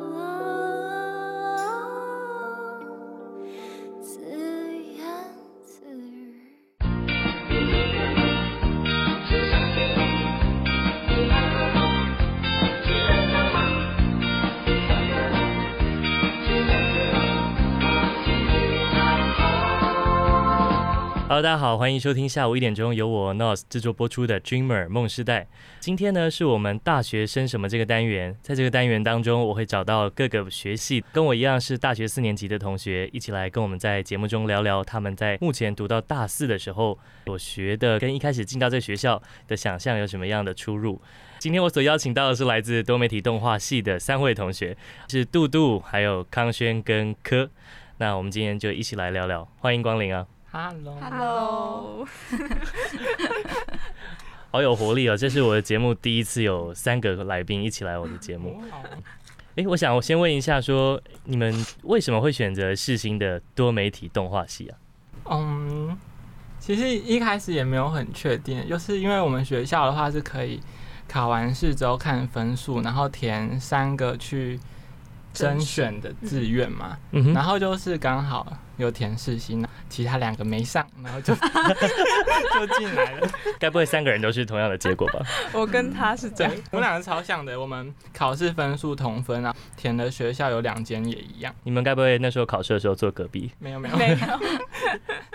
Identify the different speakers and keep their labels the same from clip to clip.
Speaker 1: 我，自言自语。
Speaker 2: Hello，大家好，欢迎收听下午一点钟由我 NOS 制作播出的《Dreamer 梦时代》。今天呢，是我们大学生什么这个单元，在这个单元当中，我会找到各个学系跟我一样是大学四年级的同学，一起来跟我们在节目中聊聊他们在目前读到大四的时候所学的，跟一开始进到这个学校的想象有什么样的出入。今天我所邀请到的是来自多媒体动画系的三位同学，是杜杜、还有康轩跟柯。那我们今天就一起来聊聊，欢迎光临啊！
Speaker 3: Hello，
Speaker 4: Hello，
Speaker 2: 好有活力哦！这是我的节目第一次有三个来宾一起来我的节目。诶，我想我先问一下说，你们为什么会选择世新的多媒体动画系啊？
Speaker 3: 嗯，其实一开始也没有很确定，就是因为我们学校的话是可以考完试之后看分数，然后填三个去甄选的志愿嘛。
Speaker 2: 嗯哼，
Speaker 3: 然后就是刚好有填世新，其他两个没上，然后就 就进来了。
Speaker 2: 该不会三个人都是同样的结果吧？
Speaker 4: 我跟他是
Speaker 3: 对
Speaker 4: 这样，，
Speaker 3: 我们两个超像的，我们考试分数同分啊，填的学校有两间也一样。
Speaker 2: 你们该不会那时候考试的时候坐隔壁？
Speaker 3: 没有没有，
Speaker 4: 没有，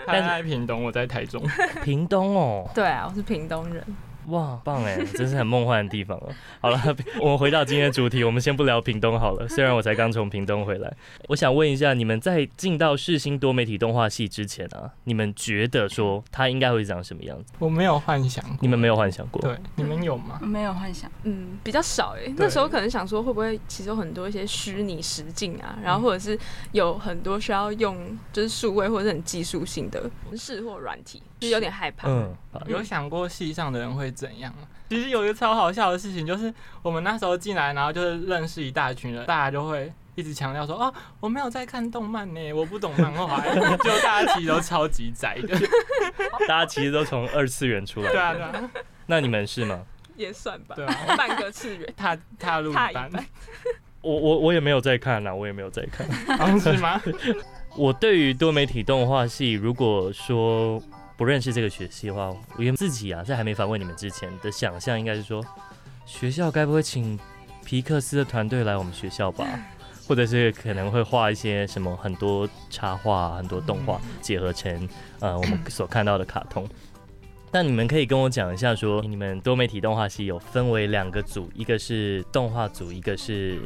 Speaker 3: 他在屏东，我在台 中。
Speaker 2: 屏东哦，
Speaker 4: 对啊，我是屏东人，
Speaker 2: 哇，棒哎，真是很梦幻的地方哦。好了， 我们回到今天的主题，我们先不聊屏东好了。虽然我才刚从屏东回来，我想问一下，你们在进到世新多媒体动画系之前啊，你们觉得说它应该会长什么样子？
Speaker 3: 我没有幻想过，
Speaker 2: 你们没有幻想过？
Speaker 3: 对，你们有吗？
Speaker 5: 没有幻想，
Speaker 4: 嗯，比较少诶、那时候可能想说，会不会其实有很多一些虚拟实境啊，然后或者是有很多需要用就是数位或者是很技术性的事或软体，就是有点害怕。
Speaker 2: 嗯，
Speaker 3: 有想过系上的人会怎样吗？其实有一个超好笑的事情，就是我们那时候进来，然后就是认识一大群人，大家就会一直强调说：“哦，我没有在看动漫呢，我不懂漫画。” 就大家其实都超级宅的。
Speaker 2: 大家其实都从二次元出来。
Speaker 3: 对啊，对啊，
Speaker 2: 那你们是吗？
Speaker 4: 也算吧，
Speaker 3: 对啊，。
Speaker 4: 半个 次元
Speaker 3: 踏踏入
Speaker 4: 踏一
Speaker 3: 班，
Speaker 4: 半
Speaker 2: 我我我也没有在看呐、我也没有在看。
Speaker 3: 哦是吗？
Speaker 2: 我对于多媒体动画系，如果说不认识这个学系的话，我原自己啊，在还没访问你们之前的想象应该是说，学校该不会请皮克斯的团队来我们学校吧？或者是可能会画一些什么很多插画啊、很多动画结合成呃我们所看到的卡通。那你们可以跟我讲一下说，你们多媒体动画系有分为两个组，一个是动画组，一个是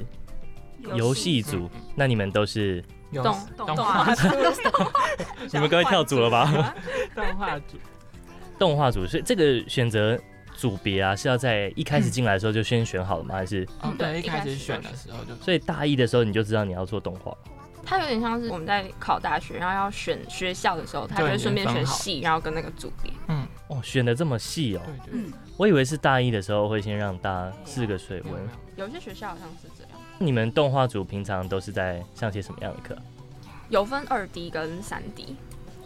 Speaker 2: 游戏组。那你们都是
Speaker 3: 有
Speaker 4: 动
Speaker 3: 动
Speaker 4: 动
Speaker 3: 画
Speaker 4: 画组，
Speaker 2: 你们各位跳组了吧？
Speaker 3: 动画组，
Speaker 2: 动画组，所以这个选择组别啊，是要在一开始进来的时候就先选好了吗？还是
Speaker 3: 哦对，
Speaker 4: 对
Speaker 3: 一
Speaker 4: 一开
Speaker 3: 开始
Speaker 4: 始
Speaker 3: 选的时候就
Speaker 2: 所以大一的时候你就知道你要做动画？
Speaker 4: 它有点像是我们在考大学，然后要选学校的时候，他就
Speaker 3: 对
Speaker 4: 会顺便
Speaker 3: 也分
Speaker 4: 选
Speaker 3: 好
Speaker 4: 系，然后跟那个组别。
Speaker 2: 哦，选的这么细哦，
Speaker 3: 对对对
Speaker 5: 嗯，
Speaker 2: 我以为是大一的时候会先让大家试个水
Speaker 3: 没有
Speaker 2: 温
Speaker 3: 没。有
Speaker 4: 有些学校好像是这样，
Speaker 2: 你们动画组平常都是在上些什么样的课？
Speaker 4: 有分二 D 跟三 D，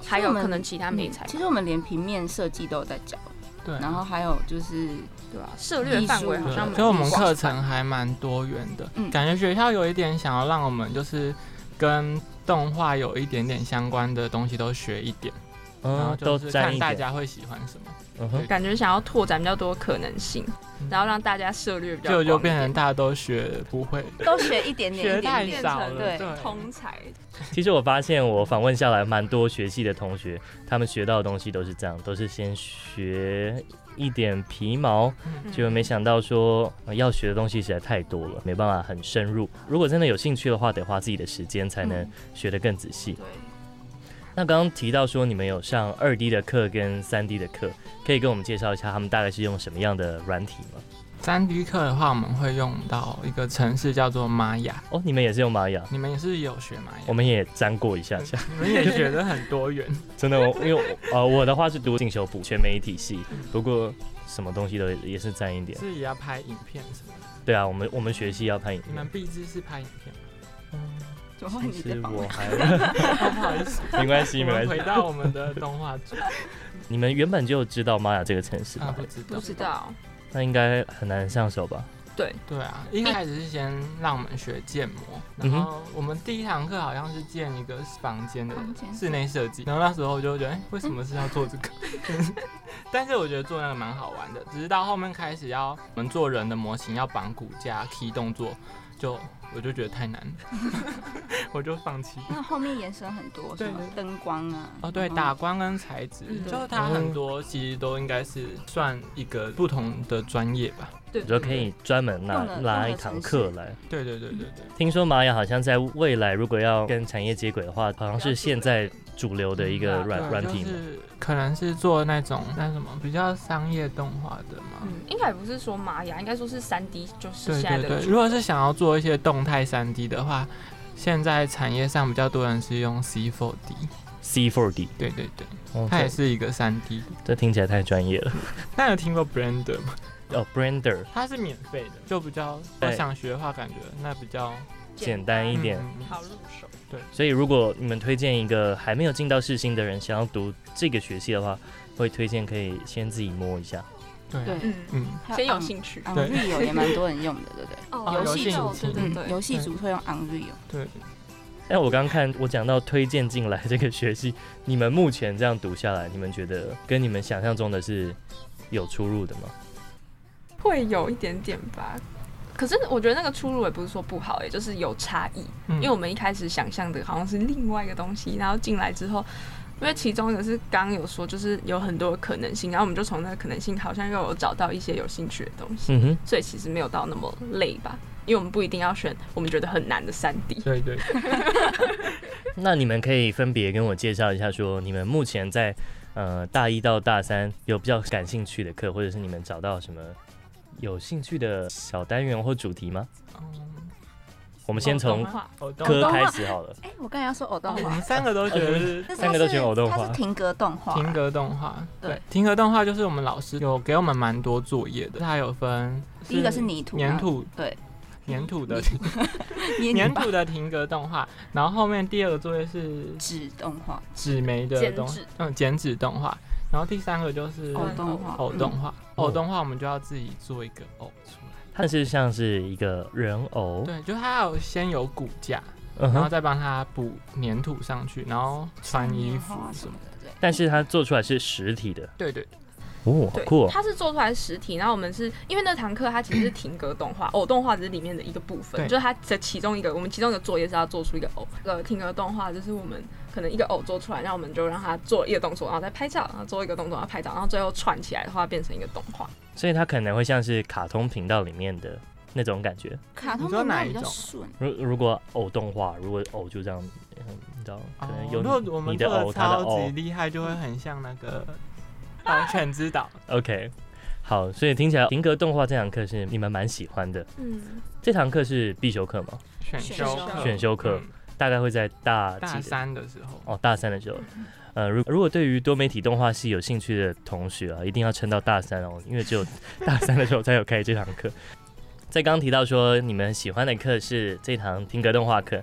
Speaker 4: 还
Speaker 5: 我
Speaker 4: 有
Speaker 5: 们
Speaker 4: 可能其他没彩
Speaker 5: 其实我们连平面设计都有在教，
Speaker 3: 对。
Speaker 5: 然后还有就是
Speaker 4: 对吧、涉略范围好
Speaker 3: 对
Speaker 4: 像蛮
Speaker 3: 所以我们课程还蛮多元的，
Speaker 5: 嗯
Speaker 3: 感觉学校有一点想要让我们就是跟动画有一点点相关的东西都学一点，然后
Speaker 2: 嗯，
Speaker 3: 就
Speaker 2: 都
Speaker 3: 是
Speaker 2: 沾
Speaker 3: 看
Speaker 2: 一
Speaker 3: 大
Speaker 2: 点。
Speaker 3: 家会喜欢什么，
Speaker 2: 嗯哼，
Speaker 4: 感觉想要拓展比较多可能性，然后让大家涉略比较
Speaker 3: 就
Speaker 4: 广
Speaker 3: 就变成大家都学不会，
Speaker 5: 都学一点
Speaker 3: 学太
Speaker 4: 变
Speaker 3: 少
Speaker 4: 成
Speaker 3: 了，
Speaker 5: 对
Speaker 3: 对，
Speaker 4: 通才。
Speaker 2: 其实我发现我访问下来，蛮多学系的同学，他们学到的东西都是这样，都是先学一点皮毛，
Speaker 3: 嗯
Speaker 2: 结果没想到说、呃要学的东西实在太多了，没办法很深入。如果真的有兴趣的话，得花自己的时间才
Speaker 3: 嗯
Speaker 2: 能学得更仔细。
Speaker 4: 对，
Speaker 2: 那刚刚提到说你们有上二 D 的课跟三 D 的课，可以跟我们介绍一下他们大概是用什么样的软体吗？
Speaker 3: 三 D 课的话，我们会用到一个程式叫做玛雅，
Speaker 2: 哦，你们也是用玛雅，
Speaker 3: 你们也是有学玛雅
Speaker 2: 我，们也沾过一下下。
Speaker 3: 你们 也学得很多元。
Speaker 2: 真的，我因为我呃我的话是读进修部全媒体系，不过什么东西都也是沾一点。
Speaker 3: 嗯是也要拍影片什么的。
Speaker 2: 对啊，我们我们学系要拍影
Speaker 3: 你
Speaker 2: 片
Speaker 3: 们。必知是拍影 片吗？
Speaker 5: 怎么会你
Speaker 2: 其
Speaker 5: 在
Speaker 2: 实
Speaker 5: 访
Speaker 2: 我
Speaker 5: 问？
Speaker 2: 还
Speaker 3: 不好意思，
Speaker 2: 没关系
Speaker 3: 我
Speaker 2: 没
Speaker 3: 们
Speaker 2: 关
Speaker 3: 回
Speaker 2: 系。
Speaker 3: 到我们的动画 组
Speaker 2: 你们原本就知道玛雅这个城市
Speaker 3: 啊，
Speaker 2: 吧？
Speaker 3: 不知道
Speaker 4: 不，知道，
Speaker 2: 那应该很难上手吧？
Speaker 3: 对啊，一开始是先让我们学建模，
Speaker 2: 嗯
Speaker 3: 然
Speaker 2: 哼
Speaker 3: 后我们第一堂课好像是建一个房间的
Speaker 5: 房间
Speaker 3: 室内设计，然后那时候我就觉得，哎、为什么是要 做这个？但是我觉得做那个蛮好玩的，只是到后面开始要我们做人的模型，要绑骨架、key 动作，就我就觉得太难 了，我就放弃。
Speaker 5: 那后面延伸很多，
Speaker 3: 对
Speaker 5: 什么灯光啊，
Speaker 3: 哦，对，
Speaker 5: 然后
Speaker 3: 打光跟材质，
Speaker 4: 嗯
Speaker 3: 就是它很多其实都应该是算一个不同的专业吧。
Speaker 4: 对，
Speaker 2: 我觉得可以专门拿
Speaker 5: 用了
Speaker 2: 拿一堂课来。
Speaker 3: 对对对对对，
Speaker 2: 听说玛雅好像在未来如果要跟产业接轨的话，好像是现在主流的一个
Speaker 4: 嗯
Speaker 2: 软
Speaker 3: 对
Speaker 2: 软
Speaker 3: 就
Speaker 2: 体嘛。
Speaker 3: 是可能是做那种那什么比较商业动画的嘛。
Speaker 4: 嗯，应该也不是说玛雅，应该说是三 D，就是
Speaker 3: 对
Speaker 4: 现在
Speaker 3: 对
Speaker 4: 的
Speaker 3: 对，
Speaker 4: 主
Speaker 3: 如果是想要做一些动态三 D 的话，现在产业上比较多人是用 C4D。
Speaker 2: C f o r D，
Speaker 3: 对对对，
Speaker 2: 哦
Speaker 3: 它也
Speaker 2: 这
Speaker 3: 是一个三 D 的。
Speaker 2: 这听起来太专业了。
Speaker 3: 那有听过 Blender 吗？
Speaker 2: 哦，Brander
Speaker 3: 它是免费的，就比较
Speaker 2: 对
Speaker 3: 我想学的话，感觉那比较
Speaker 2: 简单一点。
Speaker 3: 嗯嗯嗯
Speaker 4: 好入手。
Speaker 2: 所以，如果你们推荐一个还没有进到世新的人想要读这个学系的话，会推荐可以先自己摸一下。
Speaker 3: 对啊，
Speaker 5: 对，
Speaker 4: 嗯，
Speaker 3: 嗯。
Speaker 5: 还
Speaker 4: 先有
Speaker 5: 昂
Speaker 4: 兴趣
Speaker 5: 昂
Speaker 3: 对
Speaker 5: 瑞友也蛮多人用的，对不对？
Speaker 4: 哦
Speaker 3: 游
Speaker 4: 游
Speaker 3: 戏
Speaker 4: 戏
Speaker 3: 组
Speaker 4: 对对
Speaker 5: 嗯，
Speaker 4: 对，
Speaker 5: 游戏组会用昂瑞友，
Speaker 2: 哎，我刚刚看我讲到推荐进来这个学系，你们目前这样读下来，你们觉得跟你们想象中的是有出入的吗？
Speaker 4: 会有一点点吧。可是我觉得那个出入也不是说不好、也欸就是有差异。
Speaker 3: 嗯
Speaker 4: 因为我们一开始想象的好像是另外一个东西，然后进来之后，因为其中一个是刚刚有说，就是有很多可能性，然后我们就从那个可能性好像又有找到一些有兴趣的东西，
Speaker 2: 嗯哼，
Speaker 4: 所以其实没有到那么累吧。因为我们不一定要选我们觉得很难的三 D。
Speaker 3: 对对，
Speaker 2: 那你们可以分别跟我介绍一下，说你们目前在呃大一到大三有比较感兴趣的课，或者是你们找到什么有兴趣的小单元或主题吗？
Speaker 3: 嗯，
Speaker 2: 我们先
Speaker 4: 动
Speaker 2: 从
Speaker 4: 画
Speaker 3: 我懂
Speaker 2: 科
Speaker 5: 动
Speaker 2: 开
Speaker 5: 画
Speaker 2: 始好了，
Speaker 5: 哎，我刚才要说偶动
Speaker 3: 哦我
Speaker 5: 画
Speaker 3: 们，三个哦都觉得是
Speaker 5: 但是
Speaker 2: 三个
Speaker 5: 它
Speaker 2: 都选
Speaker 5: 是
Speaker 2: 偶动
Speaker 5: 它
Speaker 2: 画
Speaker 5: 是停格动画，
Speaker 3: 停格动画，对
Speaker 5: 对，
Speaker 3: 停格动画就是我们老师有给我们蛮多作业的，它有分
Speaker 5: 第一个是泥土嘛，
Speaker 3: 粘土，
Speaker 5: 对，
Speaker 3: 粘土的
Speaker 5: 粘
Speaker 3: 粘
Speaker 5: 土吧
Speaker 3: 土的停格动画，然后后面第二个作业是
Speaker 5: 纸动画，
Speaker 3: 纸媒的
Speaker 4: 剪
Speaker 3: 动
Speaker 4: 纸，
Speaker 3: 嗯，剪纸动画，然后第三个就是
Speaker 5: 偶动画，
Speaker 3: 偶动画，
Speaker 2: 嗯
Speaker 3: 偶动画我们就要自己做一个偶出来，
Speaker 2: 它是像是一个人偶，
Speaker 3: 对，就它有先有骨架，
Speaker 2: 嗯
Speaker 3: 然后
Speaker 2: 哼，
Speaker 3: 再帮它补粘土上去，然后穿衣服
Speaker 5: 画
Speaker 3: 什
Speaker 5: 什
Speaker 3: 么
Speaker 5: 么，的，对。
Speaker 2: 但是它做出来是实体的，
Speaker 3: 对对，
Speaker 2: 哦，好
Speaker 4: 对，
Speaker 2: 酷哦，
Speaker 4: 它是做出来实体，然后我们是因为那堂课它其实是停格 动画，偶动画只是里面的一个部分，
Speaker 3: 对
Speaker 4: 就是它的其中一个，我们其中一个作业是要做出一个偶，呃，停格动画就是我们可能一个偶做出来，然后我们就让它做一个动作，然后再拍照，然后做一个动作，然后拍照，然后最后串起来的话变成一个动画。
Speaker 2: 所以它可能会像是卡通频道里面的那种感觉。
Speaker 5: 卡
Speaker 3: 你
Speaker 5: 通
Speaker 3: 说
Speaker 5: 动
Speaker 3: 哪
Speaker 5: 画
Speaker 3: 一
Speaker 5: 比较
Speaker 3: 种
Speaker 5: 顺，
Speaker 2: 如如果偶动画，如果偶就这样，嗯你知道，可能有
Speaker 3: 哦如果我
Speaker 2: 你
Speaker 3: 们
Speaker 2: 你的
Speaker 3: 做
Speaker 2: 偶，
Speaker 3: 的
Speaker 2: 他的
Speaker 3: 超级
Speaker 2: 偶
Speaker 3: 厉害，就会很像那 个《狼犬之岛》。
Speaker 2: ，OK。好，所以听起来停格动画这堂课是你们蛮喜欢的。
Speaker 4: 嗯，
Speaker 2: 这堂课是必修课吗？
Speaker 3: 选修课，
Speaker 2: 选修课
Speaker 3: 嗯
Speaker 2: 大概会在大
Speaker 3: 大
Speaker 2: 几的？
Speaker 3: 三的时候，
Speaker 2: 哦，大三的时候。呃，如如果对于多媒体动画系有兴趣的同学啊，一定要撑到大三哦，因为 只有大三的时候才有开这堂课。在刚刚提到说你们喜欢的课是这堂听格动画课，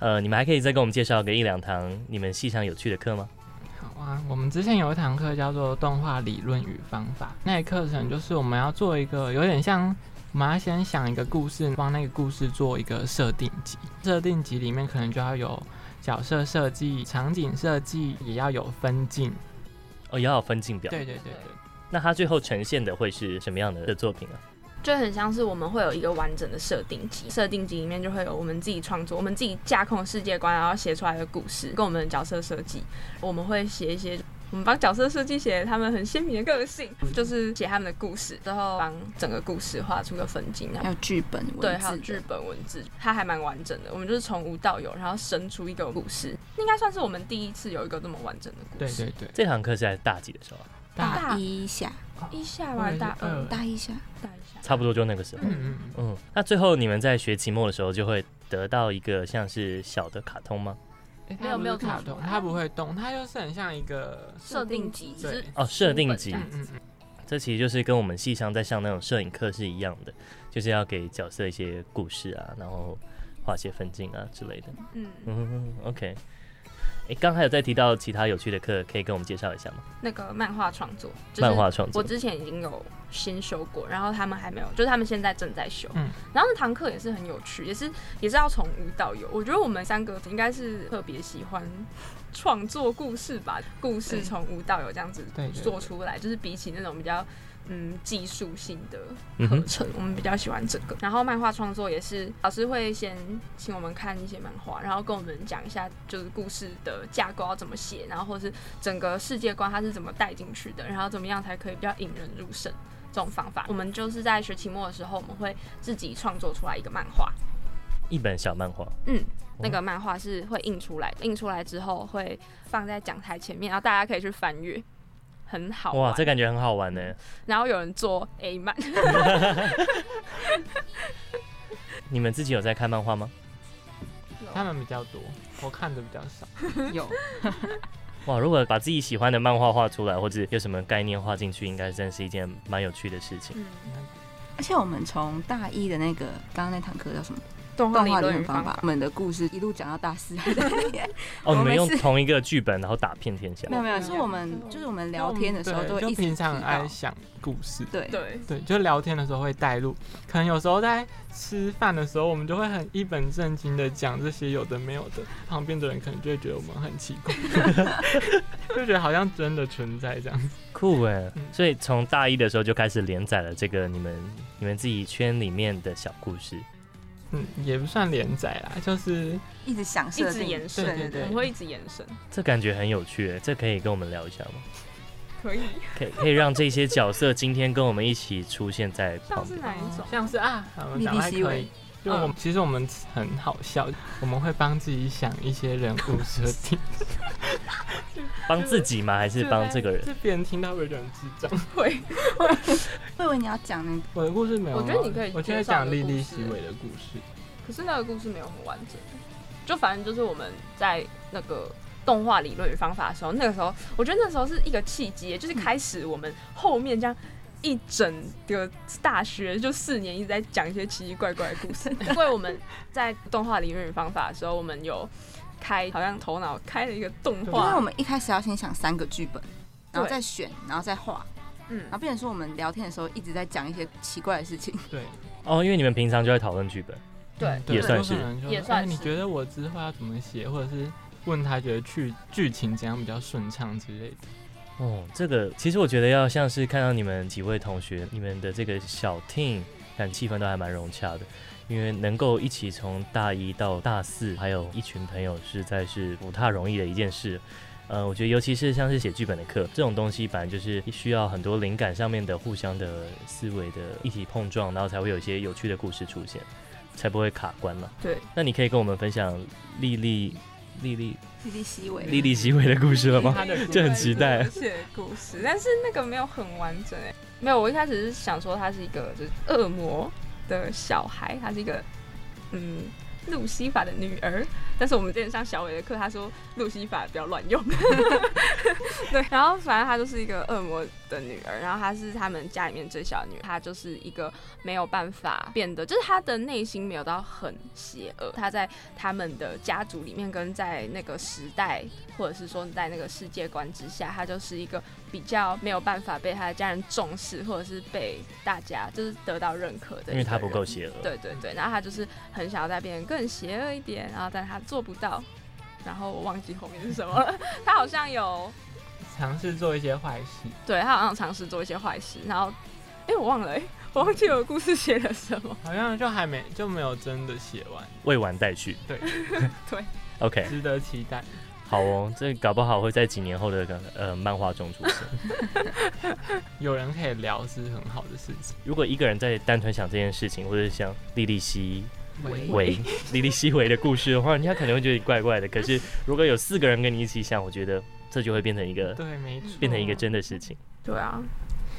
Speaker 2: 呃，你们还可以再给我们介绍个一两堂你们系上有趣的课吗？
Speaker 3: 好啊，我们之前有一堂课叫做动画理论与方法，那一课程就是我们要做一个有点像。我们要先想一个故事，帮那个故事做一个设定集。设定集里面可能就要有角色设计、场景设计，也要有分镜。
Speaker 2: 哦，也要有分镜表。
Speaker 3: 对对对对，
Speaker 2: 那它最后呈现的会是什么样的作品呢、啊
Speaker 4: 就很像是我们会有一个完整的设定集，设定集里面就会有我们自己创作、我们自己架空的世界观，然后写出来的故事，跟我们的角色设计，我们会写一些。我们帮角色设计写他们很鲜明的个性，就是写他们的故事，之后帮整个故事画出个分镜，然
Speaker 5: 还
Speaker 4: 后
Speaker 5: 有剧本文字
Speaker 4: 对，
Speaker 5: 的，
Speaker 4: 还有剧本文字，它还蛮完整的。我们就是从无到有，然后生出一个故事，应该算是我们第一次有一个这么完整的故
Speaker 3: 对
Speaker 4: 事。
Speaker 3: 对对，
Speaker 2: 这堂课是在大几的时候啊？
Speaker 5: 大
Speaker 4: 大
Speaker 5: 一下，
Speaker 3: 吧？
Speaker 4: 一下吧，大二，
Speaker 5: 大一下，
Speaker 4: 大一下。
Speaker 2: 差不多就那个时候。
Speaker 3: 嗯嗯，
Speaker 2: 嗯，那最后你们在学期末的时候就会得到一个像是小的卡通吗？
Speaker 3: 诶
Speaker 4: 没有没有
Speaker 3: 它不是卡
Speaker 4: 看出
Speaker 3: 通，
Speaker 4: 来
Speaker 3: 它不会动，它就是很像一个，
Speaker 4: 设定集
Speaker 3: 对
Speaker 4: 只是
Speaker 2: 哦，设定集
Speaker 4: 书本，
Speaker 3: 嗯嗯嗯，
Speaker 2: 这其实就是跟我们系上在上那种摄影课是一样的，就是要给角色一些故事啊，然后画些分镜啊之类的。
Speaker 4: 嗯，
Speaker 2: 嗯，OK。哎，刚还有在提到其他有趣的课，可以跟我们介绍一下吗？
Speaker 4: 那个漫画创作，就是
Speaker 2: 漫画创
Speaker 4: 我
Speaker 2: 作，
Speaker 4: 之前已经有先修过，然后他们还没有，就是他们现在正在修。
Speaker 3: 嗯
Speaker 4: 然后那堂课也是很有趣，也是也是要从无到有。我觉得我们三个应该是特别喜欢创作故事吧，故事
Speaker 5: 对
Speaker 4: 从无到有这样子
Speaker 3: 对对对
Speaker 4: 做出来，就是比起那种比较嗯技术性的
Speaker 2: 嗯
Speaker 4: 课
Speaker 2: 哼，
Speaker 4: 程，呃我们比较喜欢这个。然后漫画创作也是老师会先请我们看一些漫画，然后跟我们讲一下就是故事的架构要怎么写，然后或是整个世界观它是怎么带进去的，然后怎么样才可以比较引人入胜。这种方法，我们就是在学期末的时候，我们会自己创作出来一个漫画，
Speaker 2: 一本小漫画，
Speaker 4: 嗯，
Speaker 2: 哦
Speaker 4: 那个漫画是会印出来的，印出来之后会放在讲台前面，然后大家可以去翻阅，很好
Speaker 2: 哇，
Speaker 4: 玩。
Speaker 2: 这感觉很好玩呢。
Speaker 4: 然后有人做 A 漫，
Speaker 2: 你们自己有在看漫画吗？
Speaker 3: 他们比较多，我看的比较少。
Speaker 5: 有
Speaker 2: 哇，如果把自己喜欢的漫画画出来，或者有什么概念画进去，应该真是一件蛮有趣的事情。
Speaker 4: 嗯，
Speaker 5: 而且我们从大一的那个刚刚那堂课叫什么
Speaker 4: 动画
Speaker 5: 动
Speaker 4: 理
Speaker 5: 画理
Speaker 4: 论
Speaker 5: 论
Speaker 4: 与
Speaker 5: 方
Speaker 4: 方
Speaker 5: 法
Speaker 4: 法，，
Speaker 5: 我们的故事一路讲到 大四，还在
Speaker 2: 哦，你
Speaker 5: 我
Speaker 2: 们
Speaker 5: 们
Speaker 2: 用
Speaker 5: 是
Speaker 2: 同一个剧本，然后打遍天下
Speaker 5: 没。有没有，是我们就是我们聊天的时候
Speaker 3: 嗯对
Speaker 5: 都会
Speaker 3: 就
Speaker 5: 一直
Speaker 3: 平常很
Speaker 5: 提
Speaker 3: 爱
Speaker 5: 到
Speaker 3: 想故事，
Speaker 5: 对
Speaker 4: 对，
Speaker 3: 对，就聊天的时候会带入，可能有时候在吃饭的时候，我们就会很一本正经的讲这些有的没有的，旁边的人可能就会觉得我们很奇 怪，就觉得好像真的存在这样。
Speaker 2: 酷哎！
Speaker 3: 嗯
Speaker 2: 所以从大一的时候就开始连载了这个你们你们自己圈里面的小故事。
Speaker 3: 嗯，也不算连载啦，就是
Speaker 5: 一直想
Speaker 4: 一
Speaker 5: 设
Speaker 4: 直
Speaker 5: 定，
Speaker 4: 延伸，
Speaker 5: 对对
Speaker 4: 我
Speaker 5: 对
Speaker 4: 们会一直延伸，
Speaker 2: 这感觉很有趣耶，这可以跟我们聊一下吗？
Speaker 4: 可以，
Speaker 2: 可以可以让这些角色今天跟我们一起出现在旁
Speaker 4: 像是
Speaker 2: 边。
Speaker 4: 哪一种？
Speaker 3: 像是啊，我们
Speaker 5: 密
Speaker 3: 讲
Speaker 5: 闭
Speaker 3: 还
Speaker 5: 思
Speaker 3: 可
Speaker 5: 维
Speaker 3: 以。就我
Speaker 4: 嗯
Speaker 3: 们、其实我们很好笑，我们会帮自己想一些人物设 定，
Speaker 2: 帮自己吗？还是帮这个人？
Speaker 3: 这别人听到会觉得很智障。
Speaker 4: 会，
Speaker 5: 慧文你要讲那个
Speaker 3: 我的故事没有
Speaker 4: 我
Speaker 3: 吗，
Speaker 4: 觉得你可以
Speaker 3: 我觉得
Speaker 4: 介绍
Speaker 3: 讲
Speaker 4: 你
Speaker 3: 莉
Speaker 4: 的
Speaker 3: 莉
Speaker 4: 故
Speaker 3: 西
Speaker 4: 事
Speaker 3: 维的故事。
Speaker 4: 可是那个故事没有很完整，就反正就是我们在那个动画理论与方法的时候，那个时候我觉得那时候是一个契机，就是开始我们后面这样。一整个大学就四年一直在讲一些奇奇怪怪的故事， 因为我们在动画理论与方法的时候，我们有开好像头脑开了一个动
Speaker 5: 因为我
Speaker 4: 画，
Speaker 5: 们一开始要先想三个剧本，然后
Speaker 4: 对
Speaker 5: 再选，然后再画，
Speaker 4: 嗯
Speaker 5: 然后，变成说我们聊天的时候一直在讲一些奇怪的事 情，
Speaker 3: 对，
Speaker 2: 哦，因为你们平常就会讨论剧本。
Speaker 4: 对
Speaker 3: 对
Speaker 2: 也算
Speaker 3: 就是可能就
Speaker 4: 也算
Speaker 3: 哎你
Speaker 4: 是
Speaker 3: 觉得我之后要怎么写，或者是问他觉得剧剧情怎样比较顺畅之类的。
Speaker 2: 哦，这个其实我觉得要像是看到你们几位同学，你们的这个小 team，感气氛都还蛮融洽的，因为能够一起从大一到大四，还有一群朋友，实在是不太容易的一件事。呃，我觉得尤其是像是写剧本的课这种东西，本来就是需要很多灵感上面的互相的思维的一体碰撞，然后才会有一些有趣的故事出现，才不会卡关嘛。
Speaker 4: 对，
Speaker 2: 那你可以跟我们分享莉莉、莉莉、
Speaker 5: 莉莉西维，
Speaker 2: 莉莉席伟的故事了吗？
Speaker 3: 他的故
Speaker 2: 就很期待
Speaker 4: 写故事，但是那个没有很完整哎、没有，我一开始是想说他是一个就是恶魔的小孩，他是一个嗯路西法的女儿。但是我们之前上小伟的课，他说路西法不要乱用。对，然后反正她就是一个恶魔的女儿，然后她是他们家里面最小的女儿，她就是一个没有办法变得，就是她的内心没有到很邪恶，她在他们的家族里面跟在那个时代，或者是说在那个世界观之下，她就是一个比较没有办法被她的家人重视，或者是被大家就是得到认可的，
Speaker 2: 因为他不够。邪恶。
Speaker 4: 对对对，然后他就是很想要再变得更邪恶一点，然后但他做不到，然后我忘记后面是什么 了。他好像有
Speaker 3: 尝试做一些坏事，
Speaker 4: 对他好像尝试做一些坏事，然后，哎、我忘了、哎， 我忘记我的故事写了什么。
Speaker 3: 好像就还没就没有真的写完，
Speaker 2: 未完待续。
Speaker 3: 对
Speaker 4: 对。
Speaker 2: OK，
Speaker 3: 值得期待。
Speaker 2: 好哦，这搞不好会在几年后的呃漫画中出现。
Speaker 3: 有人可以聊是很好的事情。
Speaker 2: 如果一个人在单纯想这件事情，或者像莉莉西
Speaker 5: 喂
Speaker 2: 维、 莉莉西维的故事的话，人家可能会觉得你怪怪的。可是如果有四个人跟你一起想，我觉得这就会变成一个
Speaker 3: 对，没错。
Speaker 2: 变成一个真的事情。
Speaker 4: 对啊，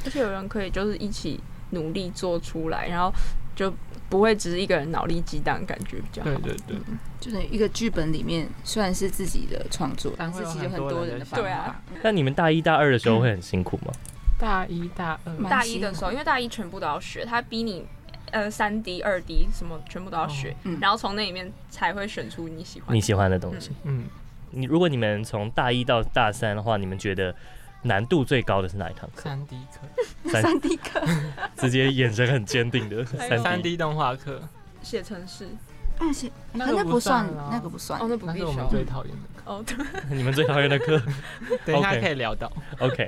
Speaker 4: 而且有人可以就是一起努力做出来，然后就不会只是一个人脑力激荡，感觉比较好。
Speaker 3: 对对对，
Speaker 4: 嗯
Speaker 5: 就是一个剧本里面虽然是自己的创作，但
Speaker 3: 但
Speaker 5: 是
Speaker 3: 会有
Speaker 5: 其实
Speaker 3: 很
Speaker 5: 很
Speaker 3: 多
Speaker 5: 多
Speaker 3: 人的
Speaker 5: 人的
Speaker 3: 想
Speaker 5: 方
Speaker 4: 法
Speaker 5: 法。
Speaker 2: 那你们大一大二的时候会很辛苦吗？
Speaker 3: 大一大二
Speaker 5: 蛮
Speaker 4: 大
Speaker 5: 辛
Speaker 4: 一的
Speaker 5: 苦
Speaker 4: 时候，因为大一全部都要学，他逼你呃三 D、二 D 什么全部都要学，
Speaker 3: 哦
Speaker 5: 嗯
Speaker 4: 然后从那里面才会选出你喜欢的。
Speaker 2: 你喜欢的东西？
Speaker 3: 嗯，
Speaker 2: 你如果你们从大一到大三的话，你们觉得难度最高的是哪一堂课？
Speaker 3: 三 D 课。
Speaker 5: 三 D 课，
Speaker 2: 直接眼神很坚定的
Speaker 4: 哎呦
Speaker 2: 三
Speaker 3: 三
Speaker 2: D。
Speaker 3: D 动画课，
Speaker 4: 写程式
Speaker 5: 那些
Speaker 3: 那
Speaker 5: 那
Speaker 3: 个
Speaker 5: 个
Speaker 3: 不
Speaker 5: 不算
Speaker 3: 算啊，
Speaker 5: 那个不算
Speaker 4: 哦，。那不
Speaker 3: 那
Speaker 4: 必
Speaker 3: 是我
Speaker 4: 修
Speaker 3: 们最讨厌的课。
Speaker 4: 哦，对，
Speaker 2: 你们最讨厌的课
Speaker 3: 等一下
Speaker 2: OK
Speaker 3: 可以聊到，
Speaker 2: ？OK，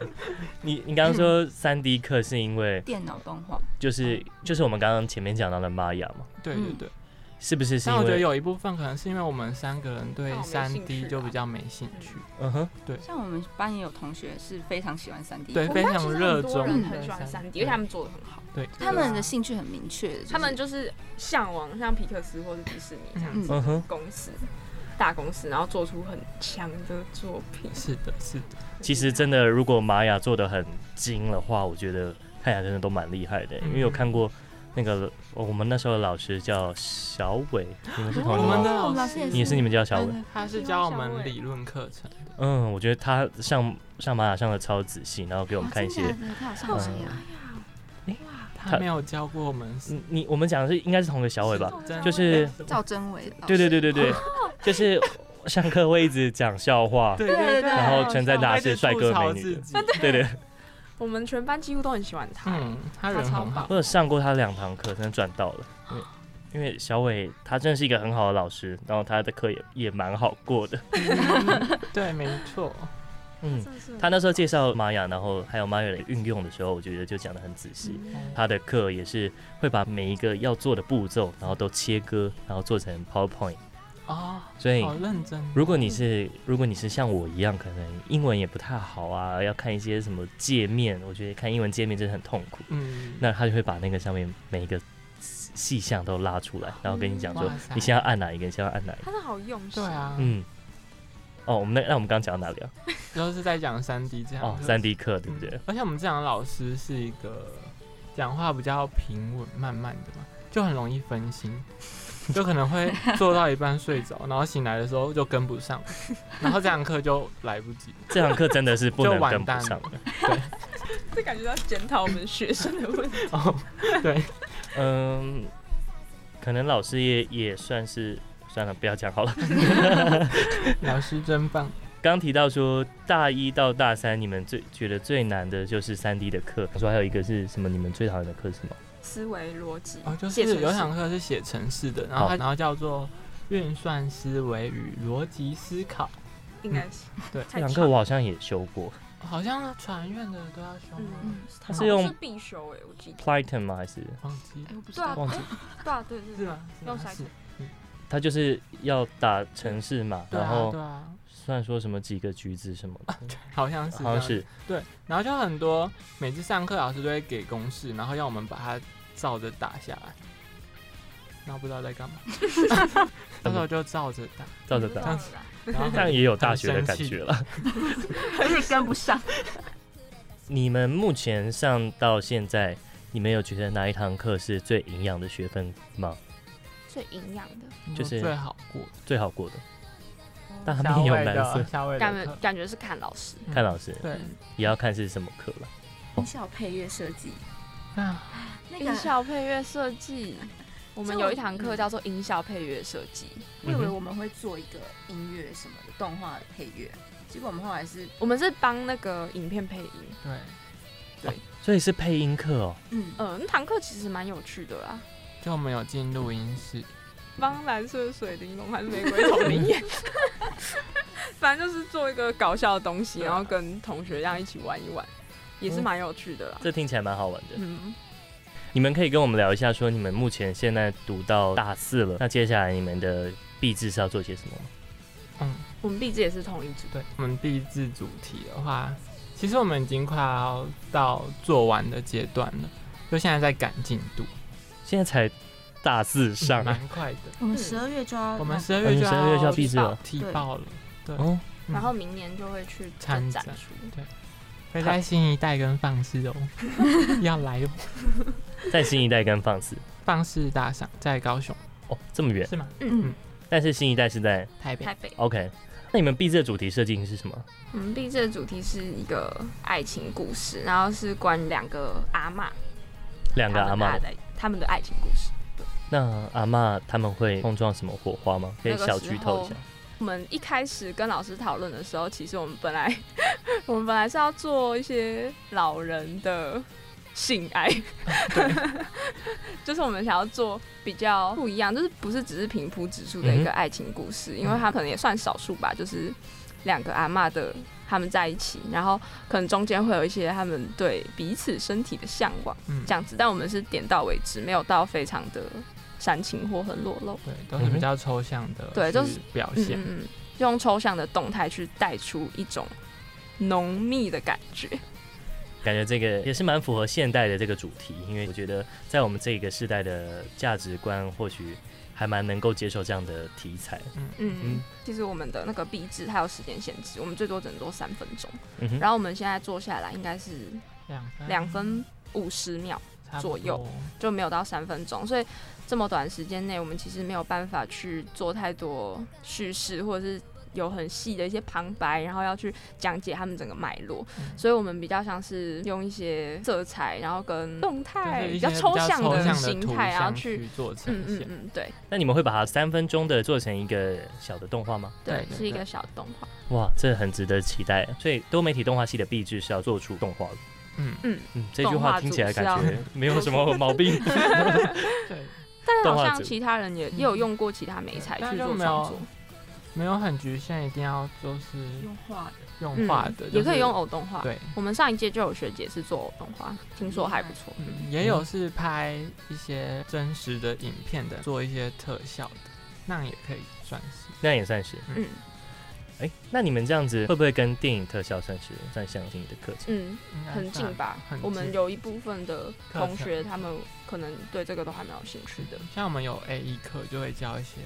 Speaker 2: 你你刚刚说三 D 课是因为
Speaker 5: 电脑动画，
Speaker 2: 就是就是我们刚刚前面讲到的玛雅嘛，
Speaker 3: 对对
Speaker 5: 嗯
Speaker 3: 对。
Speaker 2: 是不是是
Speaker 3: 但
Speaker 2: 因
Speaker 3: 我觉得
Speaker 2: 为
Speaker 3: 有一部分可能是因为我们三个人对
Speaker 4: 哦没
Speaker 3: 三
Speaker 4: 兴
Speaker 3: D
Speaker 4: 趣
Speaker 3: 就
Speaker 4: 吧
Speaker 3: 比较没兴趣，
Speaker 2: 嗯哼
Speaker 5: 像我们班也有同学是非常喜欢三 D，
Speaker 3: 对，
Speaker 4: 我
Speaker 3: 非
Speaker 4: 们班
Speaker 3: 常
Speaker 4: 其实
Speaker 3: 热
Speaker 4: 很多
Speaker 3: 衷
Speaker 4: 人
Speaker 5: 的
Speaker 4: 很喜欢三
Speaker 3: 三嗯
Speaker 4: D，而且他们做的很好，
Speaker 5: 他们的兴趣很明确，就是
Speaker 4: 他们就是向往像皮克斯或是迪士尼这样
Speaker 5: 嗯
Speaker 4: 子
Speaker 2: 嗯哼，
Speaker 4: 公司。大公司，然后做出很强的作品。
Speaker 3: 是的，是的，
Speaker 2: 其实真的如果玛雅做的很精的话，我觉得看起来真的都蛮厉害的，
Speaker 3: 嗯
Speaker 2: 因为有看过那个哦我们那时候的老师叫小伟，你们是同一个
Speaker 3: 我们
Speaker 2: 吗？
Speaker 3: 的
Speaker 5: 哦
Speaker 3: 老
Speaker 5: 老
Speaker 3: 师
Speaker 5: 师也
Speaker 2: 你也是你们叫小伟，
Speaker 5: 嗯
Speaker 3: 他是教我们理论课程的，
Speaker 2: 嗯，我觉得他上上玛雅上的超仔细，然后给我们看一些嗯
Speaker 5: 哦真的假的他有上什么
Speaker 4: 啊
Speaker 5: 呀？
Speaker 3: 他没有教过我们
Speaker 2: 你你我们讲的是应该是同一个小伟吧？
Speaker 3: 真
Speaker 2: 就
Speaker 3: 的
Speaker 2: 是
Speaker 5: 赵真伟老师，
Speaker 2: 对对对对对，就是上课会一直讲笑话，
Speaker 3: 对
Speaker 5: 对对对
Speaker 2: 然后称赞大家
Speaker 3: 他一直
Speaker 2: 是帅哥
Speaker 3: 吐槽
Speaker 2: 美
Speaker 3: 自
Speaker 2: 女的，
Speaker 3: 己，
Speaker 2: 对对，
Speaker 4: 我们全班几乎都很喜欢他，
Speaker 3: 嗯，他
Speaker 4: 他
Speaker 3: 人
Speaker 4: 超
Speaker 3: 很
Speaker 4: 棒
Speaker 3: 好，。
Speaker 2: 我有上过他两堂课，真的赚到了。因为因为小伟他真的是一个很好的老师，然后他的课也也蛮好过的。
Speaker 3: 对，没 错，
Speaker 2: 嗯，
Speaker 4: 真的是
Speaker 2: 他那时候介绍玛雅，然后还有玛雅的运用的时候，我觉得就讲得很仔细。
Speaker 4: 嗯
Speaker 2: 他的课也是会把每一个要做的步骤，然后都切割，然后做成 PowerPoint。
Speaker 3: 哦，
Speaker 2: 所以
Speaker 3: 好认真，
Speaker 2: 如果你是如果你是像我一样，可能英文也不太好啊，要看一些什么界面，我觉得看英文界面真的很痛苦。
Speaker 3: 嗯，
Speaker 2: 那他就会把那个上面每一个细项都拉出来，然后跟你讲说
Speaker 3: 哇塞，
Speaker 2: 你先要按哪一个，你先要按哪一个。
Speaker 4: 他是好用心，
Speaker 3: 对，啊，
Speaker 2: 嗯，哦，我们那那我们刚讲到哪里啊？
Speaker 3: 都是在讲三 D 这样，
Speaker 2: 哦
Speaker 3: 就，是
Speaker 2: 三 D 课对不
Speaker 3: 嗯
Speaker 2: 对？
Speaker 3: 而且我们这样的老师是一个讲话比较平稳、慢慢的嘛，就很容易分心， 就可能会做到一半睡着，然后醒来的时候就跟不 上，然后这堂课就来不及。
Speaker 2: 这堂课真的是不
Speaker 3: 就
Speaker 2: 能
Speaker 3: 完
Speaker 2: 跟不
Speaker 3: 蛋
Speaker 2: 上的。
Speaker 4: 这感觉到检讨我们学生的问题。
Speaker 3: 哦，对，
Speaker 2: 嗯，可能老师也也算是算了，不要讲好了。
Speaker 3: 老师真棒。
Speaker 2: 刚提到说大一到大三，你们最觉得最难的就是三 D 的课，我说还有一个是什么？你们最讨厌的课是什么？
Speaker 4: 思维逻辑
Speaker 3: 哦，就
Speaker 4: 写程
Speaker 3: 是
Speaker 4: 式
Speaker 3: 有一堂课是写程式的，然后它
Speaker 2: 好
Speaker 3: 然后叫做运算思维与逻辑思考，
Speaker 4: 应该是
Speaker 3: 嗯对
Speaker 2: 这
Speaker 4: 太
Speaker 2: 堂
Speaker 4: 长
Speaker 2: 课我好像也修过
Speaker 3: 好像传院的都要修吗，
Speaker 4: 嗯，
Speaker 2: 它
Speaker 4: 好
Speaker 2: 是
Speaker 4: 像
Speaker 2: 用
Speaker 4: 是必修哎，我记得。
Speaker 2: ，Python 吗？还是
Speaker 3: 忘记
Speaker 5: 哎，我不知
Speaker 4: 对啊，
Speaker 5: 道，
Speaker 2: 忘记
Speaker 4: 哎对啊，对对
Speaker 3: 是
Speaker 4: 对，
Speaker 3: 吗？是吗
Speaker 4: 用筛
Speaker 3: 是
Speaker 4: 选
Speaker 2: 它就是要打城市嘛，
Speaker 3: 对
Speaker 2: 然
Speaker 3: 啊，
Speaker 2: 后
Speaker 3: 对啊，
Speaker 2: 算说什么几个橘子什么的，
Speaker 3: 好像是，
Speaker 2: 好像是
Speaker 3: 对，然后就很多每次上课老师都会给公式，然后要我们把它照着打下来，然后不知道在干嘛，
Speaker 2: 嗯
Speaker 3: 到时候就照着打，
Speaker 2: 照着
Speaker 4: 这
Speaker 2: 打，
Speaker 4: 样
Speaker 3: 样
Speaker 4: 子
Speaker 3: 然后
Speaker 2: 这样也有大学的
Speaker 3: 很
Speaker 2: 感
Speaker 3: 生气
Speaker 2: 觉了。
Speaker 5: 而且跟不上。
Speaker 2: 你们目前上到现在，你们有觉得哪一堂课是最营养的学分吗？
Speaker 4: 最营养的，
Speaker 2: 就是
Speaker 3: 最好过的。
Speaker 2: 最好过的？大
Speaker 3: 夏
Speaker 2: 面有
Speaker 3: 威
Speaker 2: 蓝色
Speaker 3: 的，，夏威
Speaker 4: 感
Speaker 3: 的
Speaker 4: 觉
Speaker 3: 课，
Speaker 4: 感觉是看老师，
Speaker 2: 看老师
Speaker 3: 对，
Speaker 2: 也要看是什么课了。
Speaker 5: 音效配乐设计，
Speaker 3: 那
Speaker 5: 那
Speaker 4: 音
Speaker 5: 个
Speaker 4: 效配乐设计。我们
Speaker 5: 这
Speaker 4: 有
Speaker 5: 我
Speaker 4: 一堂课叫做音效配乐设计，
Speaker 5: 我以为我们会做一个音乐什么的动画的配乐，结果我们后来是
Speaker 4: 我们是帮那个影片配音。
Speaker 3: 对，
Speaker 2: 所以是配音课哦，
Speaker 5: 嗯，
Speaker 4: 呃，那堂课其实蛮有趣的啦，
Speaker 3: 就我们有进录音室，
Speaker 4: 帮蓝色水玲珑还是玫瑰同林 演，反正就是做一个搞笑的东西，
Speaker 3: 对啊
Speaker 4: 然后跟同学这样一起玩一玩，也是
Speaker 2: 嗯
Speaker 4: 蛮有趣的啦。
Speaker 2: 这听起来蛮好玩的。
Speaker 4: 嗯，
Speaker 2: 你们可以跟我们聊一下，说你们目前现在读到大四了，那接下来你们的毕制是要做些什么吗？
Speaker 3: 嗯，
Speaker 4: 我们毕竟也是同一组，
Speaker 3: 对，我们第一次主题的话，其实我们已经快要到做完的阶段了，就现在在赶进度，
Speaker 2: 现在才大四上啊，
Speaker 3: 蛮快的。
Speaker 5: 我们十二月就要
Speaker 3: 我们十二
Speaker 2: 哦
Speaker 3: 月
Speaker 2: 你
Speaker 3: 就
Speaker 2: 12月就要毕制了
Speaker 3: 踢爆了，
Speaker 2: 哦，
Speaker 3: 嗯
Speaker 4: 然后明年就会去做
Speaker 3: 参
Speaker 4: 展
Speaker 3: 展
Speaker 4: 出。
Speaker 3: 对，会在新一代跟放 肆哦，要来哦
Speaker 2: 在新一代跟放肆
Speaker 3: 放肆大赏在高雄
Speaker 2: 哦，这么远，
Speaker 3: 是吗？
Speaker 4: 嗯，
Speaker 2: 但是新一代是在
Speaker 3: 台北
Speaker 4: 台北。
Speaker 2: OK。那你们毕制的主题设定是什么？
Speaker 4: 我们毕这的主题是一个爱情故事，然后是关两个阿嬷，
Speaker 2: 两个阿
Speaker 4: 他们
Speaker 2: 嬷
Speaker 4: 大，的他们的爱情故事。
Speaker 2: 那阿嬷他们会碰撞什么火花吗？可以
Speaker 4: 那个
Speaker 2: 小
Speaker 4: 时
Speaker 2: 剧透一
Speaker 4: 候
Speaker 2: 下。
Speaker 4: 我们一开始跟老师讨论的时候，其实我们本来 我们本来是要做一些老人的性爱， 就是我们想要做比较不一样，就是不是只是平铺直述的一
Speaker 2: 嗯
Speaker 4: 个
Speaker 2: 哼
Speaker 4: 爱情故事，因为它可能也算少数吧，就是两个阿嬷的他们在一起，然后可能中间会有一些他们对彼此身体的向往
Speaker 3: 嗯
Speaker 4: 这样子，但我们是点到为止，没有到非常的煽情或很裸露。
Speaker 3: 对，都是比较抽象的，
Speaker 4: 对都是
Speaker 3: 表
Speaker 4: 嗯
Speaker 3: 现。
Speaker 4: 嗯嗯，用抽象的动态去带出一种浓密的感觉。
Speaker 2: 感觉这个也是蛮符合现代的这个主题，因为我觉得在我们这个世代的价值观，或许还蛮能够接受这样的题材。
Speaker 4: 嗯，
Speaker 2: 嗯
Speaker 4: 其实我们的那个壁纸它有时间限制，我们最多只能做三分钟。
Speaker 2: 嗯哼，
Speaker 4: 然后我们现在做下来应该是
Speaker 3: 两分
Speaker 4: 两分五十秒，
Speaker 3: 差不
Speaker 4: 左右
Speaker 3: 多，
Speaker 4: 就没有到三分钟，所以这么短时间内，我们其实没有办法去做太多叙事，或者是有很细的一些旁白，然后要去讲解他们整个脉络。
Speaker 3: 嗯
Speaker 4: 所以我们比较像是用一些色彩，然后跟动态
Speaker 3: 就是
Speaker 4: 比
Speaker 3: 一些
Speaker 4: 较
Speaker 3: 比
Speaker 4: 抽
Speaker 3: 较
Speaker 4: 象
Speaker 3: 抽
Speaker 4: 的
Speaker 3: 象
Speaker 4: 形
Speaker 3: 图
Speaker 4: 态，然后
Speaker 3: 像
Speaker 4: 去。
Speaker 3: 去做呈
Speaker 4: 嗯嗯
Speaker 3: 现。
Speaker 4: 嗯，对
Speaker 2: 那你们会把它三分钟的做成一个小的动画吗？
Speaker 4: 对，
Speaker 3: 对对
Speaker 4: 是一
Speaker 3: 对
Speaker 4: 个小动画。
Speaker 2: 哇，这很值得期待。所以多媒体动画系的壁纸是要做出动画的。
Speaker 3: 嗯，
Speaker 4: 嗯，
Speaker 2: 嗯，这句话听起来感
Speaker 4: 动画组
Speaker 2: 觉
Speaker 3: 是要
Speaker 2: 没有什么毛 病。
Speaker 3: 对，
Speaker 4: 但是
Speaker 2: 动
Speaker 4: 好
Speaker 2: 画
Speaker 4: 像
Speaker 2: 组
Speaker 4: 其他人也也有用过其他媒材
Speaker 3: 嗯但
Speaker 4: 去
Speaker 3: 就
Speaker 4: 做
Speaker 3: 没
Speaker 4: 创
Speaker 3: 有
Speaker 4: 作，
Speaker 3: 没有很局限，一定要就是
Speaker 5: 用画的，
Speaker 3: 用画的，就
Speaker 4: 嗯也可以
Speaker 3: 是
Speaker 4: 用偶动画。
Speaker 3: 对，
Speaker 4: 我们上一届就有学姐是做偶动画，听说还不错。
Speaker 3: 嗯，也有是拍一些真实的影片的，做一些特效的，那也可以算是。
Speaker 2: 那也算是。
Speaker 4: 嗯
Speaker 2: 哎，那你们这样子会不会跟电影特效算是算相近的课程？
Speaker 4: 嗯，
Speaker 3: 应该
Speaker 4: 很近
Speaker 3: 算
Speaker 4: 吧
Speaker 3: 很？近
Speaker 4: 我们有一部分的
Speaker 3: 课程
Speaker 4: 同学，他们可能对这个都还蛮有兴趣的。
Speaker 3: 像我们有 A E 课就会教一些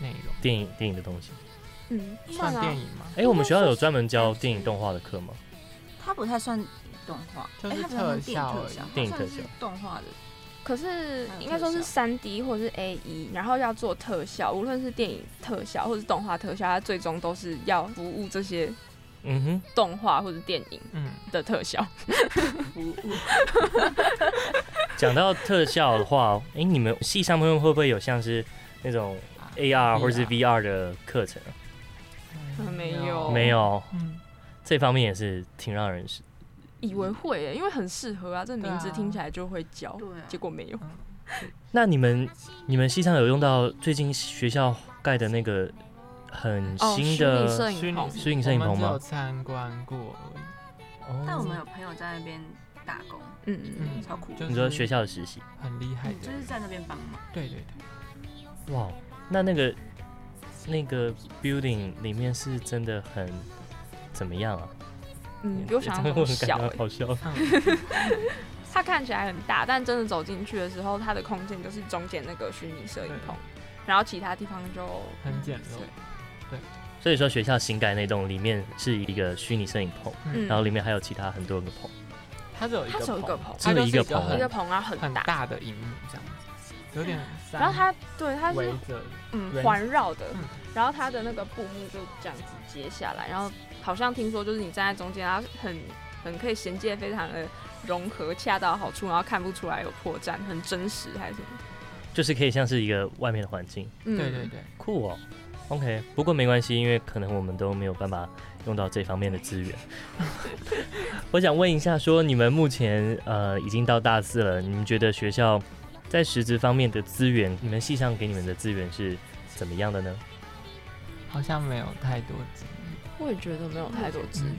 Speaker 3: 内容，
Speaker 2: 电影电影的东西。
Speaker 4: 嗯，
Speaker 3: 算
Speaker 4: 啊
Speaker 3: 电，影吗？
Speaker 2: 哎，我们学校有专门教电影动画的课吗？
Speaker 5: 它不太算动画，
Speaker 3: 就是
Speaker 5: 哎它不太算
Speaker 3: 特
Speaker 5: 电影
Speaker 3: 效
Speaker 5: 特
Speaker 3: 而已
Speaker 5: 效，
Speaker 2: 电
Speaker 5: 它
Speaker 2: 影特
Speaker 5: 算
Speaker 2: 效
Speaker 5: 是动画的。
Speaker 4: 可是
Speaker 5: 还有
Speaker 4: 应该说是
Speaker 5: 特
Speaker 4: 三 D 或者是 A E，然后要做特效，无论是电影特效或是动画特效，它最终都是要服务这些
Speaker 2: 嗯哼，
Speaker 4: 动画或者电影
Speaker 3: 嗯，
Speaker 4: 的特效。
Speaker 2: 讲到特效的话，哎、你们系上面会不会有像是那种 AR 或是 VR 的课程？
Speaker 4: 嗯没有哦
Speaker 2: 没有，
Speaker 3: 嗯，
Speaker 2: 这方面也是挺让人是
Speaker 4: 以为会欸耶，因为很适合啊，这
Speaker 3: 对啊
Speaker 4: 名字听起来就会教，
Speaker 5: 对啊
Speaker 4: 结果没有。
Speaker 2: 那你们你们系上有用到最近学校盖的那个很
Speaker 4: 哦，虚
Speaker 2: 新
Speaker 4: 拟
Speaker 2: 的
Speaker 4: 摄影棚，
Speaker 2: 虚拟摄影
Speaker 3: 我
Speaker 2: 棚
Speaker 3: 们只有
Speaker 2: 吗？
Speaker 3: 参观过而已，
Speaker 2: 哦
Speaker 5: 但我们有朋友在那边打工，
Speaker 4: 嗯嗯，
Speaker 3: 嗯，
Speaker 5: 超酷
Speaker 3: 就是
Speaker 2: 你说学校的实习，
Speaker 3: 很厉害
Speaker 5: 嗯就
Speaker 3: 的
Speaker 5: 是，在那边帮忙。
Speaker 3: 对对对，
Speaker 2: 哇，那那个那个 building 里面是真的很怎么样啊？
Speaker 4: 嗯，比我想象
Speaker 2: 这个
Speaker 4: 中
Speaker 2: 我感
Speaker 4: 小
Speaker 2: 觉
Speaker 4: 欸耶。
Speaker 2: 好笑。
Speaker 3: 嗯，
Speaker 4: 它看起来很大，但真的走进去的时候，它的空间就是中间那个虚拟摄影棚，然后其他地方就
Speaker 3: 很简陋，
Speaker 2: 所以说学校新盖那栋里面是一个虚拟摄影棚，
Speaker 4: 嗯，
Speaker 2: 然后里面还有其他很多个棚。
Speaker 3: 它只有一
Speaker 4: 它
Speaker 3: 个
Speaker 4: 只有一个棚
Speaker 3: 棚，
Speaker 2: 只有一个
Speaker 3: 它就是
Speaker 4: 一
Speaker 3: 一个
Speaker 4: 个棚啊
Speaker 3: 很很
Speaker 4: 很大，
Speaker 3: 大的荧幕这样子，有点像
Speaker 4: 然后它对它是
Speaker 3: 围着，
Speaker 4: 嗯
Speaker 3: 圆
Speaker 4: 环绕的
Speaker 3: 嗯，
Speaker 4: 然后它的那个布幕就这样子接下来，然后好像听说就是你站在中间，它很很可以衔接非常的融合，恰到好处，然后看不出来有破绽，很真实还是什么的，
Speaker 2: 就是可以像是一个外面的环境，
Speaker 4: 嗯，
Speaker 3: 对对对，
Speaker 2: 酷哦。OK，不过没关系，因为可能我们都没有办法用到这方面的资源。 我想问一下说你们目前呃已经到大四了，你们觉得学校在实质方面的资源，你们系上给你们的资源是怎么样的呢？
Speaker 3: 好像没有太多资源
Speaker 4: 我也觉得没有太多资源，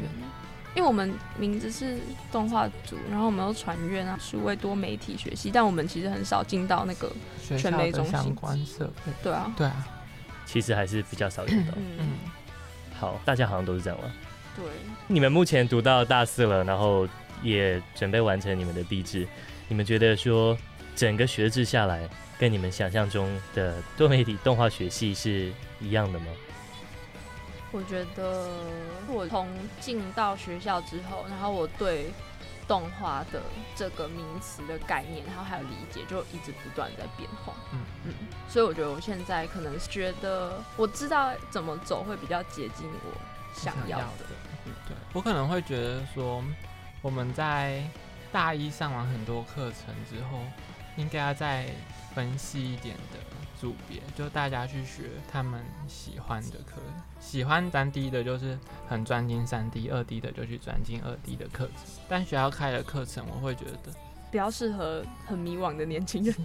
Speaker 4: 因为我们名字是动画组，然后我们有传院啊、数位多媒体学系，但我们其实很少进到那个
Speaker 3: 学校
Speaker 4: 全美
Speaker 3: 的
Speaker 4: 中心
Speaker 3: 相关设备，
Speaker 4: 对啊，
Speaker 3: 对啊，
Speaker 2: 其实还是比较少用 到。
Speaker 4: 嗯
Speaker 3: 嗯，，
Speaker 2: 好，大家好像都是这样吧？
Speaker 4: 对，
Speaker 2: 你们目前读到大四了，然后也准备完成你们的毕制，你们觉得说整个学制下来，跟你们想象中的多媒体动画学系是一样的吗？
Speaker 4: 我觉得我从进到学校之后，然后我对动画的这个名词的概念，然后还有理解，就一直不断在变化。
Speaker 3: 嗯
Speaker 4: 嗯，所以我觉得我现在可能觉得我知道怎么走会比较接近我想要的。
Speaker 3: 嗯对，我可能会觉得说，我们在大一上完很多课程之后，应该要再分析一点的组别，就大家去学他们喜欢的课。喜欢三 D 的，就是很专精三 D；二 D 的就去专精二 D 的课程。但学校开的课程，我会觉得
Speaker 6: 比较适合很迷惘的年轻人。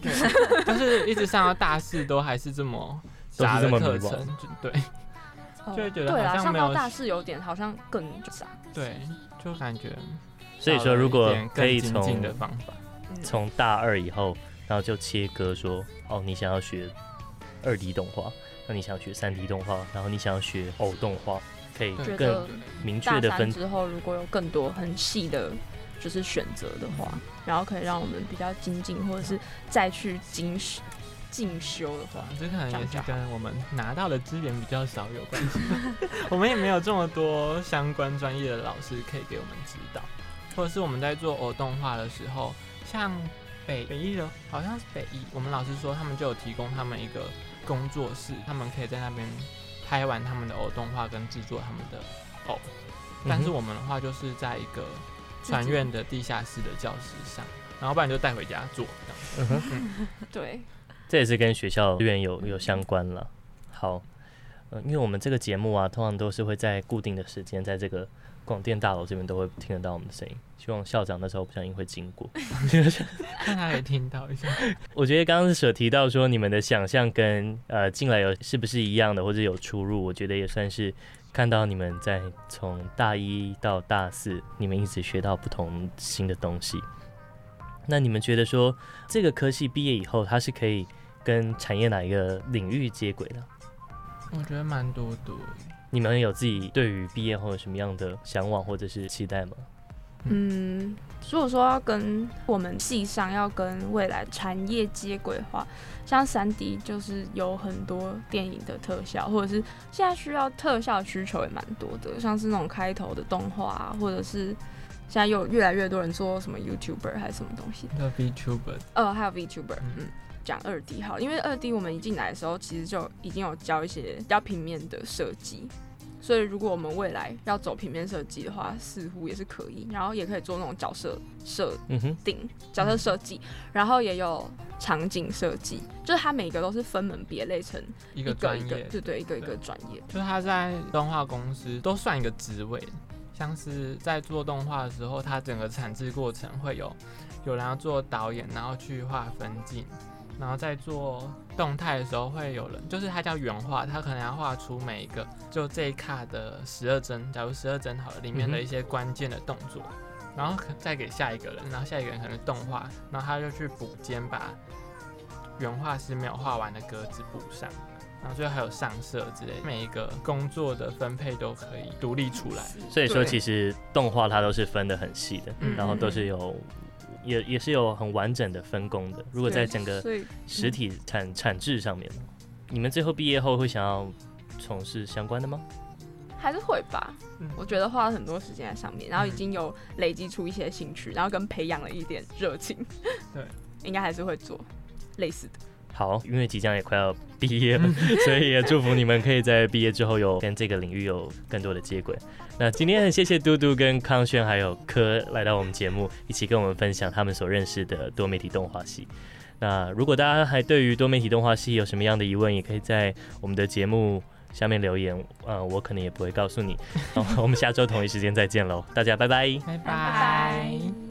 Speaker 3: 就是一直上到大四都还是这么
Speaker 2: 都
Speaker 3: 杂
Speaker 2: 是这
Speaker 3: 的
Speaker 2: 么
Speaker 3: 课
Speaker 2: 迷惘
Speaker 3: 程，就对 就会觉得
Speaker 4: 对
Speaker 3: 好
Speaker 4: 啦，
Speaker 3: 像
Speaker 4: 上
Speaker 3: 没有
Speaker 4: 到大四有点好像更傻。
Speaker 3: 对，就感觉
Speaker 2: 所以
Speaker 3: 少
Speaker 2: 说，
Speaker 3: 了
Speaker 2: 如
Speaker 3: 一
Speaker 2: 果
Speaker 3: 点
Speaker 2: 可
Speaker 3: 更
Speaker 2: 以
Speaker 3: 精进的
Speaker 2: 从
Speaker 3: 方法，
Speaker 2: 从大二以后，然后就切割说，哦，你想要学二 D 动画，那你想要学三 D 动画，然后你想要学偶动画，可以
Speaker 3: 对
Speaker 4: 觉
Speaker 2: 更
Speaker 4: 得
Speaker 2: 明确
Speaker 4: 大
Speaker 2: 的
Speaker 4: 三
Speaker 2: 分
Speaker 4: 之后，如果有更多很细的，就是选择的话，然后可以让我们比较精进，或者是再去精修进修的
Speaker 3: 哇，，
Speaker 4: 话
Speaker 3: 啊这可能
Speaker 4: 这样
Speaker 3: 也
Speaker 4: 就是好
Speaker 3: 跟我们拿到的资源比较少有关系。 我们也没有这么多相关专业的老师可以给我们指导，或者是我们在做偶动画的时候，像北北艺的，好像是北艺，我们老师说他们就有提供他们一个工作室，他们可以在那边拍完他们的偶动画跟制作他们的偶。但是我们的话就是在一个传院的地下室的教室上，然后不然就带回家做这 样。
Speaker 4: 嗯对，
Speaker 2: 这也是跟学校资源有有相关了。好，呃，因为我们这个节目啊，通常都是会在固定的时间，在这个广电大楼这边都会听得到我们的声音。希望校长那时候不小心会经过。
Speaker 3: 看他也听到一下，
Speaker 2: 我觉得刚刚所提到说你们的想象跟呃进来有是不是一样的，或者有出入，我觉得也算是看到你们在从大一到大四，你们一直学到不同新的东西。那你们觉得说这个科系毕业以后，它是可以跟产业哪一个领域接轨的？
Speaker 3: 我觉得蛮多多的。
Speaker 2: 你们有自己对于毕业后有什么样的向往或者是期待吗？
Speaker 4: 嗯，如果说要跟我们系上要跟未来产业接轨的话，像三 D 就是有很多电影的特效，或者是现在需要特效需求也蛮多的，像是那种开头的动画、啊，或者是现在有越来越多人做什么 YouTuber 还是什么东西，
Speaker 3: 那 VTuber
Speaker 4: 呃，还有 VTuber，
Speaker 3: 嗯
Speaker 4: 嗯，讲二 D 好了，因为二 D 我们一进来的时候，其实就已经有教一些比较平面的设计，所以如果我们未来要走平面设计的话，似乎也是可以，然后也可以做那种角色设
Speaker 2: 嗯哼，
Speaker 4: 定、角色设计，然后也有场景设计，就是它每个都是分门别类成
Speaker 3: 一
Speaker 4: 一
Speaker 3: 个专
Speaker 4: 个一个
Speaker 3: 业，，
Speaker 4: 对对，一个一个
Speaker 3: 对
Speaker 4: 专业，
Speaker 3: 就是他在动画公司都算一个职位，像是在做动画的时候，他整个产制过程会有有人要做导演，然后去画分镜，然后在做动态的时候会有人，就是他叫原画，他可能要画出每一个就这一卡的十二帧，假如十二帧好了，里面
Speaker 2: 嗯
Speaker 3: 的
Speaker 2: 哼
Speaker 3: 一些关键的动作。然后可再给下一个人，然后下一个人可能动画，然后他就去补间把原画师没有画完的格子补上，然后最后还有上色之类，每一个工作的分配都可以独立出来。
Speaker 2: 所以说
Speaker 6: 对
Speaker 2: 其实动画它都是分得很细的，
Speaker 3: 嗯
Speaker 2: 然后都是有也也是有很完整的分工的。如果在整个
Speaker 4: 所以
Speaker 2: 实体产产制上面呢，你们最后毕业后会想要从事相关的吗？
Speaker 4: 还是会吧
Speaker 3: 嗯。
Speaker 4: 我觉得花了很多时间在上面，然后已
Speaker 3: 嗯
Speaker 4: 经有累积出一些兴趣，然后跟培养了一点热情。
Speaker 3: 对，
Speaker 4: 应该还是会做类似的。
Speaker 2: 好，因为即将也快要毕业了， 所以也祝福你们可以在毕业之后有跟这个领域有更多的接轨。那今天很谢谢嘟嘟跟康轩还有柯来到我们节目，一起跟我们分享他们所认识的多媒体动画系。那如果大家还对于多媒体动画系有什么样的疑问，也可以在我们的节目下面留言，呃，我可能也不会告诉你。好，我们下周同一时间再见喽，大家拜拜。
Speaker 3: 拜拜。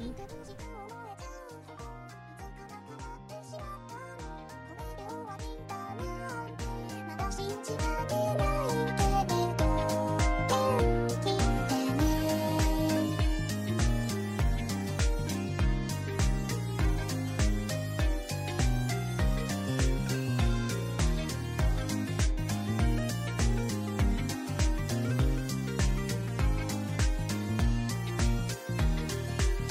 Speaker 7: 「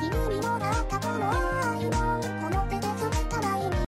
Speaker 8: 君の中この